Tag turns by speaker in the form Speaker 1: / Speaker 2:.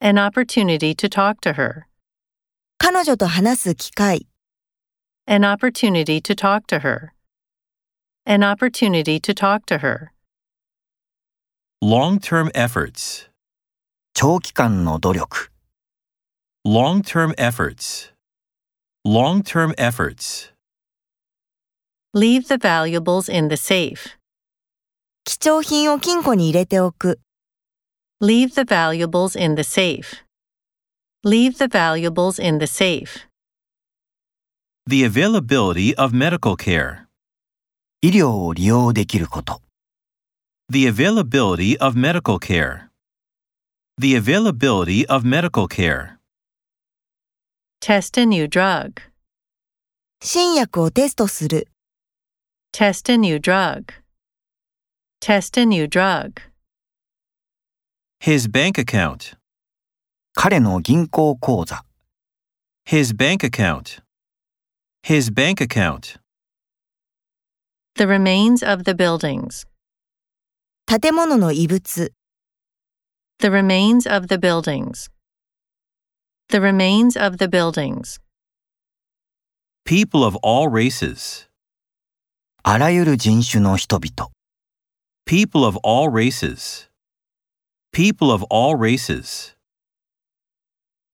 Speaker 1: an opportunity to talk to her,
Speaker 2: 彼女と話す機会、
Speaker 1: an opportunity to talk to her, an opportunity to talk to her.
Speaker 3: Long term efforts.
Speaker 4: 長期間の努力
Speaker 3: Long term efforts. Long term efforts.
Speaker 1: Leave the valuables in the safe.
Speaker 2: 貴重品を金庫に入れておく、
Speaker 1: Leave the valuables in the safe. Leave the valuables in the safe.
Speaker 3: The availability of medical care.
Speaker 4: 医療を利用できること
Speaker 3: The availability of medical care. The availability of medical care.
Speaker 1: Test a new drug.
Speaker 2: 新薬をテストする、
Speaker 1: Test a new drug. Test a new drug.
Speaker 3: His bank account.
Speaker 4: 彼の銀行口座
Speaker 3: His bank account. His bank account.
Speaker 1: The remains of the buildings.
Speaker 2: 建物の遺物、
Speaker 1: The remains of the buildings. The remains of the buildings.
Speaker 3: People of all races.
Speaker 4: あらゆる人種の人々
Speaker 3: People of all races. People of all races.